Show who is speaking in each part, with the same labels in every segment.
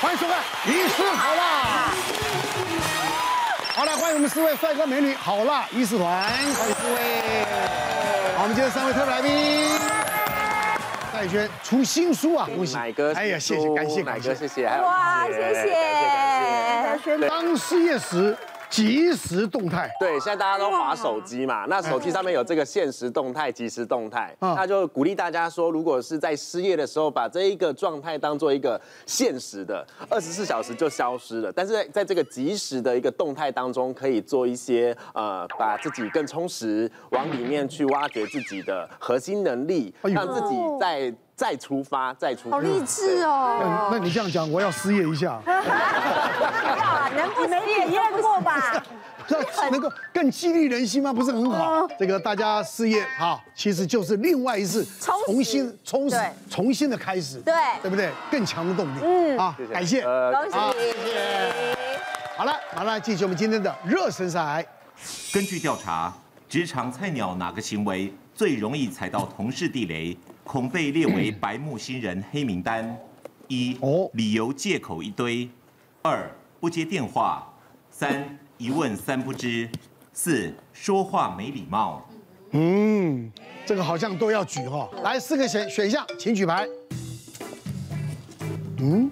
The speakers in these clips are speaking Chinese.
Speaker 1: 欢迎收看《医师好辣》。好了，欢迎我们四位帅哥美女好辣医师团，欢迎四位。好，我们今天三位特别来宾，戴轩出新书啊，恭喜！
Speaker 2: 奶哥，
Speaker 1: 哎呀，谢谢，感谢，
Speaker 2: 奶
Speaker 1: 感
Speaker 2: 哥，
Speaker 1: 谢。
Speaker 2: 谢谢，还有哎
Speaker 3: 哇，哎谢
Speaker 2: 感
Speaker 3: 谢，
Speaker 2: 感谢。
Speaker 1: 当失业时，即时动态。
Speaker 2: 对，现在大家都划手机嘛，那手机上面有这个现实动态、即时动态，
Speaker 1: 哎嗯
Speaker 2: 那就鼓励大家说，如果是在失业的时候，把这一个状态当做一个现实的，二十四小时就消失了。但是在在这个即时的一个动态当中，可以做一些呃，把自己更充实，往里面去挖掘自己的核心能力，
Speaker 1: 哎呦
Speaker 2: 让自己再再出发，再出发。
Speaker 3: 哦好励志哦！
Speaker 1: 嗯那你这样讲，我要失业一下，
Speaker 3: 能不能体验 过吧？
Speaker 1: 那能够更激励人心吗？不是很好？这个大家失业哈，其实就是另外一次
Speaker 3: 充实
Speaker 1: 重新、充实
Speaker 3: 对、
Speaker 1: 重新的开始，
Speaker 3: 对
Speaker 1: 对不对？更强的动力。嗯啊
Speaker 2: 谢，谢
Speaker 1: 感谢。
Speaker 2: 呃
Speaker 3: 恭喜
Speaker 1: 好
Speaker 3: 你！
Speaker 1: 好了，马上进行我们今天的热身赛。
Speaker 4: 根据调查，职场菜鸟哪个行为最容易踩到同事地雷，恐被列为白目新人黑名单？一
Speaker 1: 哦，
Speaker 4: 理由借口一堆；二，不接电话；三，一问三不知；四，说话没礼貌。
Speaker 1: 嗯，这个好像都要举哈、来，四个选选项，请举牌。嗯，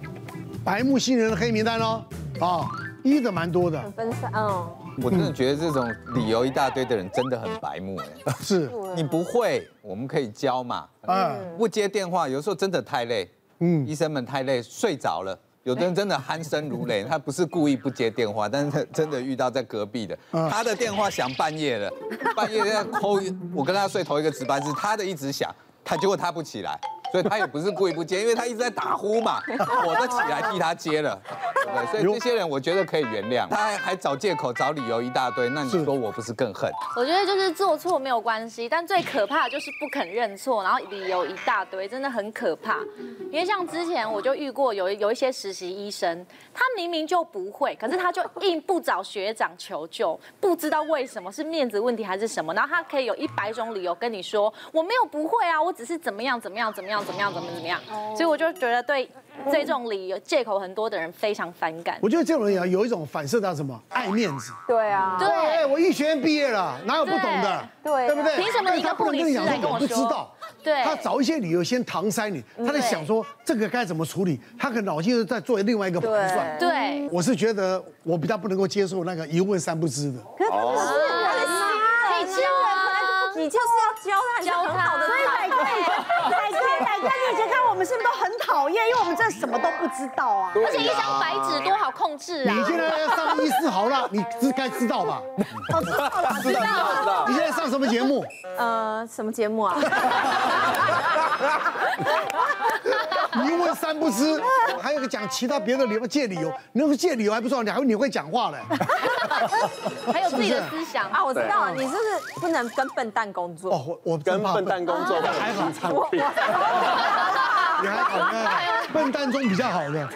Speaker 1: 白木星人的黑名单哦，啊、一的蛮多的，
Speaker 3: 分散，嗯，
Speaker 5: 我真的觉得这种理由一大堆的人真的很白目哎。
Speaker 1: 是，
Speaker 5: 你不会，我们可以教嘛。
Speaker 1: 嗯
Speaker 5: 不接电话，有时候真的太累，
Speaker 1: 嗯
Speaker 5: 医生们太累，睡着了。有的人真的鼾声如 雷，他不是故意不接电话，但是他真的遇到在隔壁的，
Speaker 1: 嗯
Speaker 5: 他的电话响半夜了，半夜在抠，我跟他睡同一个值班室，他的一直响，他结果他不起来，所以他也不是故意不接，因为他一直在打 呼嘛，我都起来替他接了，对不对所以这些人我觉得可以原谅，他还还找借口找理由一大堆，那你
Speaker 1: 是
Speaker 5: 说我不是更恨？
Speaker 6: 我觉得就是做错没有关系，但最可怕的就是不肯认错，然后理由一大堆，真的很可怕。因为像之前我就遇过有有一些实习医生，他明明就不会，可是他就硬不找学长求救，不知道为什么是面子问题还是什么，然后他可以有一百种理由跟你说我没有不会啊，我只是怎么样怎么样怎么样怎么样怎么怎么样，所以我就觉得对对这种理由借口很多的人非常反感。
Speaker 1: 我觉得这种人也啊有一种反射到什么爱面子。
Speaker 3: 对啊，
Speaker 1: 哎，
Speaker 6: 对，
Speaker 1: 我医学院毕业了，哪有不懂的？
Speaker 3: 对
Speaker 1: 对不对？
Speaker 6: 凭什么你一个
Speaker 1: 他不能跟你讲
Speaker 6: 护理师来跟
Speaker 1: 我
Speaker 6: 我
Speaker 1: 不
Speaker 6: 说
Speaker 1: 知道？
Speaker 6: 对
Speaker 1: 他找一些理由先搪塞你，他在想说这个该怎么处理，他可能脑筋又在做另外一个盘算。
Speaker 3: 对
Speaker 6: 对。
Speaker 1: 我是觉得我比较不能够接受那个一问三不知的。
Speaker 3: 哦
Speaker 6: 可以教啊，
Speaker 3: 你就是要教他，你是很好
Speaker 6: 教
Speaker 3: 的长
Speaker 6: 他
Speaker 7: 奶
Speaker 3: 辈
Speaker 7: 哥，奶哥，奶哥，你以前看我们是不是都很讨厌？因为我们真的什么都不知道啊。
Speaker 6: 而且一张白纸多好控制啊
Speaker 1: 你！现在上医师好了，你知该知道吧？
Speaker 7: 哦，知道了，知道了。
Speaker 2: 知道
Speaker 1: 你现在上什么节目？
Speaker 3: 呃，什么节目啊？
Speaker 1: 一问三不知，还有个讲其他别的理由借理由，你那个借理由还不错，你还会你会讲话嘞。
Speaker 6: 还有自己的思想
Speaker 3: 啊，
Speaker 6: 啊，
Speaker 3: 我知道了，你是不是不能跟笨蛋工作？
Speaker 1: 哦，我我真
Speaker 2: 跟
Speaker 1: 怕
Speaker 2: 笨蛋工作
Speaker 1: 还好
Speaker 2: 唱片。
Speaker 1: 你还好 呢，笨蛋中比较好的。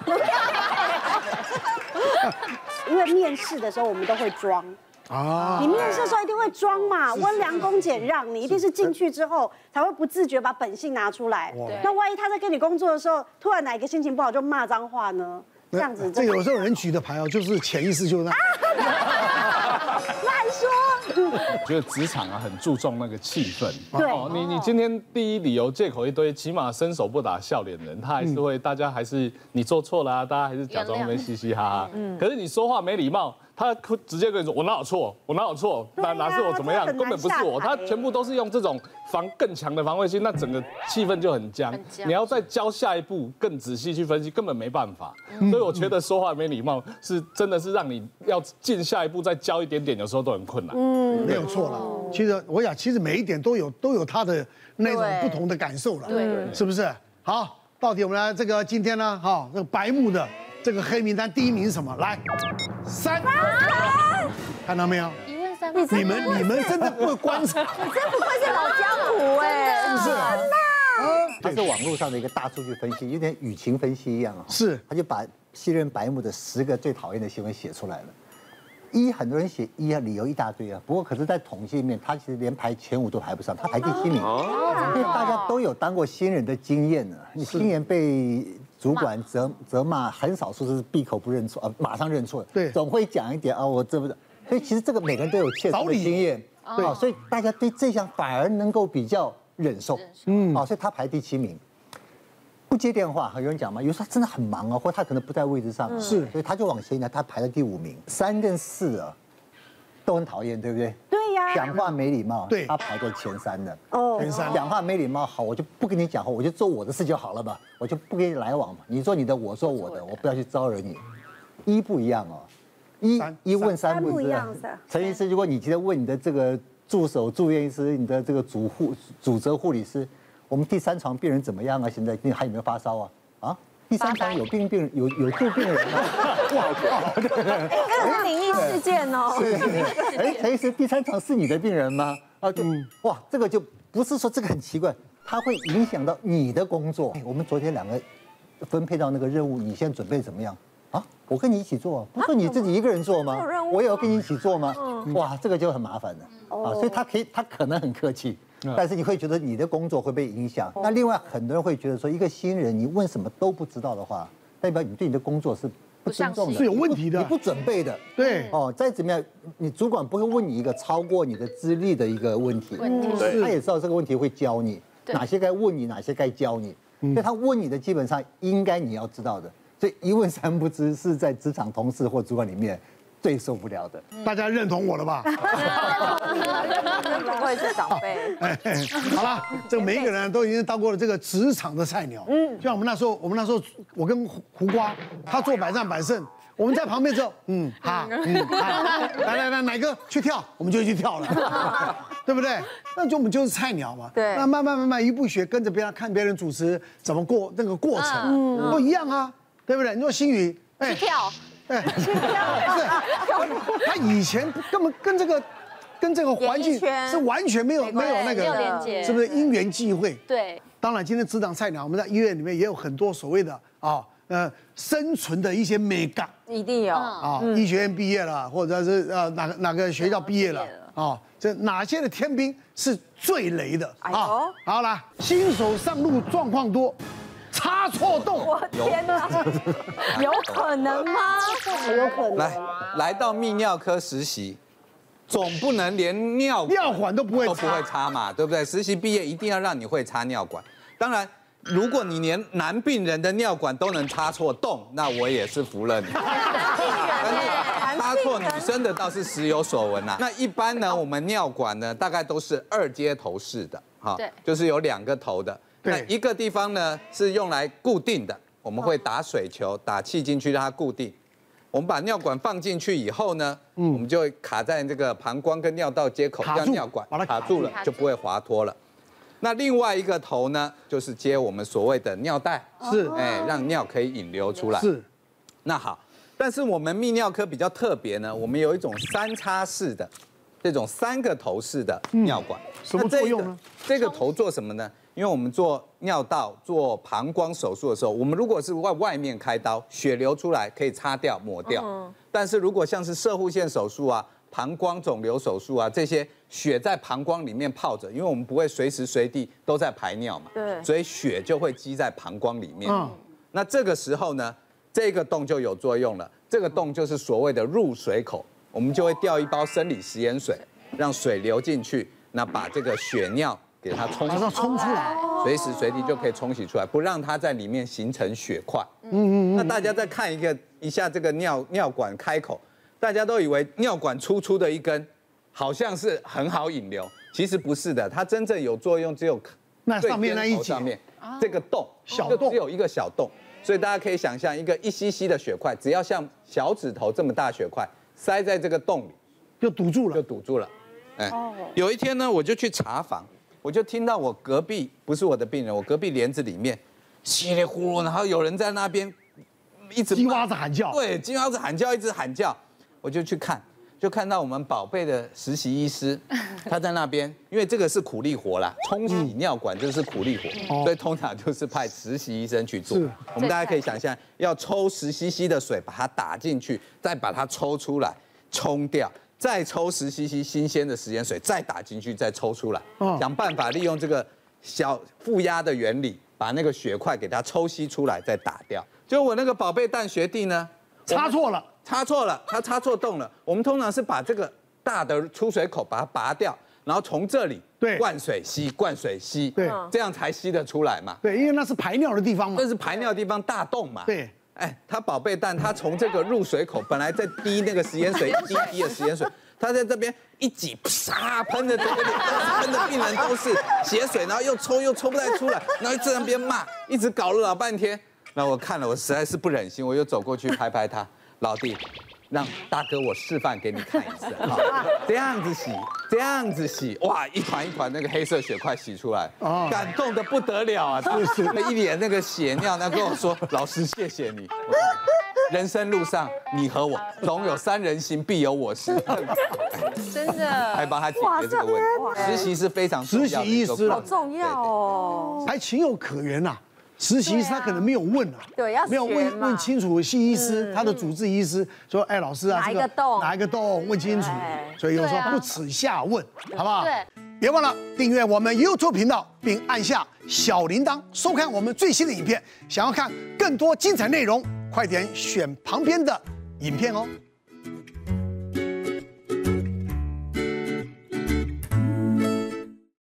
Speaker 7: 因为面试的时候我们都会装，
Speaker 1: 啊
Speaker 7: 你，面试的时候一定会装嘛，温良恭俭让，你一定是进去之后才会不自觉把本性拿出来
Speaker 1: 哇。
Speaker 7: 那万一他在跟你工作的时候，突然哪一个心情不好就骂脏话呢？这样子
Speaker 1: 这
Speaker 7: 就
Speaker 1: 有时候人举的牌哦，就是潜意识就是那，
Speaker 7: 乱说。
Speaker 8: 我觉得职场啊很注重那个气氛。
Speaker 7: 对
Speaker 8: 哦你你今天第一理由借口一堆，起码伸手不打笑脸人，他还是会，大家还是你做错了啊，大家还是假装没嘻嘻哈
Speaker 7: 啊
Speaker 8: 哈。
Speaker 7: 嗯
Speaker 8: 可是你说话没礼貌，他会直接跟你说我哪有错，我哪有错，
Speaker 7: 对
Speaker 8: 哪
Speaker 7: 啊
Speaker 8: 哪是我怎么样，
Speaker 7: 他很难
Speaker 8: 根本不是我，
Speaker 7: 下台
Speaker 8: 他全部都是用这种防更强的防卫心，那整个气氛就很僵
Speaker 6: 很。僵
Speaker 8: 你要再教下一步更仔细去分析，根本没办法。
Speaker 7: 嗯
Speaker 8: 所以我觉得说话没礼貌是真的是让你要进下一步再教一点点，有时候都很困难。
Speaker 7: 嗯
Speaker 6: 嗯
Speaker 1: 没有错
Speaker 6: 哦
Speaker 1: 了。其实我想，其实每一点都有都有他的那种不同的感受了，
Speaker 6: 对，
Speaker 1: 是不是？好，到底我们来这个今天呢，哈，这个白木的这个黑名单第一名是什么？来，三，看到没有？
Speaker 6: 一问三不知。
Speaker 1: 你们你们真的不会观察，
Speaker 3: 你真不愧是老江湖哎，
Speaker 1: 是不是？
Speaker 9: 它是网络上的一个大数据分析，有点舆情分析一样啊、
Speaker 1: 是
Speaker 9: 他就把西任白木的十个最讨厌的行为写出来了。一很多人写一啊，理由一大堆啊，不过可是，在统计里面，他其实连排前五都排不上，他啊排第七名。因为大家都有当过新人的经验呢、你新人被主管责责骂，很少说是闭口不认错啊，马上认错，
Speaker 1: 对
Speaker 9: 总会讲一点啊，我这不，所以其实这个每个人都有切身
Speaker 1: 找
Speaker 9: 的
Speaker 1: 理由
Speaker 9: 经验，对，所以大家对这项反而能够比较忍受，嗯，啊，所以他排第七名。不接电话，有人讲嘛，有时候他真的很忙啊，或他可能不在位置上，啊
Speaker 1: 是
Speaker 9: 所以他就往前一点，他排到第五名，三跟四啊，都很讨厌，对不对？
Speaker 7: 对呀
Speaker 9: 讲话没礼貌，
Speaker 1: 对
Speaker 9: 他排过前三的。
Speaker 7: 哦
Speaker 1: 前三
Speaker 9: 讲话没礼貌，好，我就不跟你讲话，我就做我的事就好了嘛，我就不跟你来往嘛，你做你的，我做我的，我不要去招惹你。一不一样哦，一
Speaker 1: 三
Speaker 9: 一问三
Speaker 7: 三
Speaker 9: 不
Speaker 7: 不
Speaker 9: 知
Speaker 7: 一
Speaker 9: 啊
Speaker 7: 样是啊。
Speaker 9: 陈医师，如果你今天问你的这个助手、住院医师、你的这个主护、主责护理师，我们第三床病人怎么样啊？现在你还有没有发烧啊？啊？第三床有病病人有有住病人啊？
Speaker 3: 这是灵异事件哦。
Speaker 9: 哎，陈医师，第三床是你的病人吗？啊，对，
Speaker 7: 嗯
Speaker 9: 哇，这个就不是说这个很奇怪，它会影响到你的工作。哎我们昨天两个分配到那个任务，你现在准备怎么样？啊，我跟你一起做啊，不是你自己一个人做吗？
Speaker 3: 有任务吗啊嗯
Speaker 9: 我也要跟你一起做吗？哇，这个就很麻烦了
Speaker 3: 哦
Speaker 9: 啊，所以他可以，他可能很客气。但是你会觉得你的工作会被影响。
Speaker 3: 哦
Speaker 9: 那另外很多人会觉得说，一个新人你问什么都不知道的话，代表你对你的工作是不尊重的，
Speaker 1: 是有问题的
Speaker 9: 你不准备的。
Speaker 1: 对
Speaker 9: 哦，再怎么样，你主管不会问你一个超过你的资历的一个问题，
Speaker 6: 问 题
Speaker 2: 对
Speaker 9: 他也知道这个问题会教你
Speaker 6: 对
Speaker 9: 哪些该问你，哪些该教你。
Speaker 1: 嗯
Speaker 9: 所以他问你的基本上应该你要知道的，所以一问三不知是在职场同事或主管里面最受不了的。
Speaker 1: 大家认同我了吧？
Speaker 3: 真不愧是长辈。
Speaker 1: 哎，好了，这个每一个人都已经当过了这个职场的菜鸟。嗯，就像我们那时候，我们那时候，我跟胡胡瓜，他做百战百胜，我们在旁边之后，嗯，好，嗯，好，来来来，哪个去跳，我们就去跳了，对不对？那就我们就是菜鸟嘛。
Speaker 3: 对
Speaker 1: 那慢慢慢慢一步学，跟着别人看别人主持怎么过那个过程，不一样啊，对不对？你说新宇，哎
Speaker 6: 去跳，
Speaker 1: 哎，不是，他以前根本跟这个跟这个环
Speaker 3: 演
Speaker 1: 境
Speaker 3: 艺圈
Speaker 1: 是完全没有没有那
Speaker 6: 没有连
Speaker 1: 个，
Speaker 6: 接，
Speaker 1: 是不是因缘际会？
Speaker 6: 对，
Speaker 1: 当然，今天职场菜鸟，我们在医院里面也有很多所谓的啊呃生存的一些美感
Speaker 3: 一定有，
Speaker 6: 嗯
Speaker 1: 啊，医学院毕业了，或者是呃哪个哪个学校毕业了
Speaker 6: 哪个毕业
Speaker 1: 啊，这哪些的天兵是最雷的
Speaker 3: 哎呦
Speaker 1: 啊？好啦，新手上路状况多，插错洞，
Speaker 3: 天哪，有可能吗？
Speaker 7: 有可能。
Speaker 5: 来，来到泌尿科实习，总不能连尿
Speaker 1: 尿管都不会
Speaker 5: 都不
Speaker 1: 插
Speaker 5: 会。擦嘛，对不对？实习毕业一定要让你会擦尿管。当然，如果你连男病人的尿管都能擦错洞，那我也是服了你。但是 擦错女生的倒是时有所闻呐、啊那一般
Speaker 6: 哦
Speaker 5: 呢，我们尿管呢，大概都是二接头式的，哈
Speaker 6: 对
Speaker 5: 就是有两个头的。那
Speaker 1: 对
Speaker 5: 一个地方呢是用来固定的，我们会打水
Speaker 6: 哦
Speaker 5: 球，打气进去让它固定。我们把尿管放进去以后呢，我们就会卡在这个膀胱跟尿道接口，
Speaker 1: 嗯卡
Speaker 5: 让
Speaker 1: 住
Speaker 5: 尿管
Speaker 1: 把它卡
Speaker 5: 卡住了
Speaker 6: 卡，住
Speaker 5: 就不会滑脱了。那另外一个头呢，就是接我们所谓的尿袋，
Speaker 1: 是
Speaker 5: 哎，让尿可以引流出来。
Speaker 1: 是，
Speaker 5: 那好，但是我们泌尿科比较特别呢，我们有一种三叉式的，这种三个头式的尿管，
Speaker 1: 嗯什么
Speaker 5: 那
Speaker 1: 作
Speaker 5: 这一个
Speaker 1: 用呢？
Speaker 5: 这个头做什么呢？因为我们做尿道、做膀胱手术的时候，我们如果是外外面开刀，血流出来可以擦掉、抹掉。但是如果像是射护腺手术啊、膀胱肿瘤手术啊这些，血在膀胱里面泡着，因为我们不会随时随地都在排尿嘛，
Speaker 3: 对
Speaker 5: 所以血就会积在膀胱里面。
Speaker 1: 嗯
Speaker 5: 那这个时候呢，这个洞就有作用了。这个洞就是所谓的入水口，我们就会吊一包生理食盐水，让水流进去，那把这个血尿给它冲
Speaker 1: 马
Speaker 5: 洗
Speaker 1: 上，冲出来，
Speaker 5: 随时随地就可以冲洗出来，不让它在里面形成血块。嗯嗯。那大家再看一个一下这个尿尿管开口，大家都以为尿管粗粗的一根，好像是很好引流，其实不是的，它真正有作用只有
Speaker 1: 那上面
Speaker 5: 最
Speaker 1: 那一
Speaker 5: 尖头
Speaker 1: 节哦
Speaker 5: 上面这个洞
Speaker 1: 小
Speaker 5: 就
Speaker 1: 洞
Speaker 5: 只有一个小洞，所以大家可以想象一个一吸吸的血块，只要像小指头这么大血块塞在这个洞里，
Speaker 1: 就堵住了
Speaker 5: 就。堵住了。哎，有一天呢，我就去查房，我就听到我隔壁不是我的病人，我隔壁帘子里面稀里呼噜，然后有人在那边一直
Speaker 1: 鸡
Speaker 5: 骂
Speaker 1: 蛙子喊叫
Speaker 5: 对，金花子喊叫，一直喊叫，我就去看，就看到我们宝贝的实习 医师，他在那边，因为这个是苦力活啦，冲洗尿管这个是苦力活，所以通常就是派实习医生去做
Speaker 1: 嗯哦是。
Speaker 5: 我们大家可以想象，要抽十 CC 的水，把它打进去，再把它抽出来，冲掉。再抽十 CC 新鲜的食盐水，再打进去，再抽出来
Speaker 1: 哦，
Speaker 5: 想办法利用这个小负压的原理，把把那个血块给它抽吸出来再打掉。就我那个宝贝蛋学弟呢，
Speaker 1: 插错了，
Speaker 5: 插错了，他插错洞了。我们通常是把这个大的出水口把它拔掉，然后从这里
Speaker 1: 对
Speaker 5: 灌水吸，灌水吸，
Speaker 1: 对
Speaker 5: 这样才吸得出来嘛。
Speaker 1: 对，因为那是排尿的地方嘛
Speaker 5: 这。是排尿的地方大洞嘛？
Speaker 1: 对。
Speaker 5: 哎，他宝贝蛋，他从这个入水口本来在滴那个食盐 水，一滴一滴的食盐水，他在这边一挤，啪，喷的整个脸都是，喷的病人都是血水，然后又抽又抽不太出来，然后就在那边骂，一直搞了老半天。那我看了，我实在是不忍心，我又走过去拍拍他，老弟，让大哥我示范给你看一 次，好，这样子洗，这样子洗，哇，一团一团那个黑色血块洗出来，
Speaker 1: 哦
Speaker 5: 感动的不得 了啊，就是一脸那个血尿，他跟我说，老师谢谢你。我说人生路上，你和我总有三人行，必有我师。
Speaker 6: 真的。
Speaker 5: 还帮他解决这个问题，实习是非常重要的一个
Speaker 1: 实习医师啊
Speaker 5: 过程
Speaker 3: 重要哦。
Speaker 1: 还情有可原呐、实习医师他可能没有问啊，
Speaker 3: 对要
Speaker 1: 没有
Speaker 3: 学
Speaker 1: 问
Speaker 3: 嘛嗯
Speaker 1: 问清楚，系医师、他的主治医师说，哎，老师啊，
Speaker 3: 哪一
Speaker 1: 这
Speaker 3: 个洞
Speaker 1: 哪一个洞，问清楚，
Speaker 3: 对
Speaker 1: 所以有时
Speaker 6: 对
Speaker 1: 候
Speaker 6: 啊
Speaker 1: 不耻下问，好不好？
Speaker 6: 对，
Speaker 1: 别忘了订阅我们 YouTube 频道，并按下小铃铛，收看我们最新的影片。想要看更多精彩内容，快点选旁边的影片哦。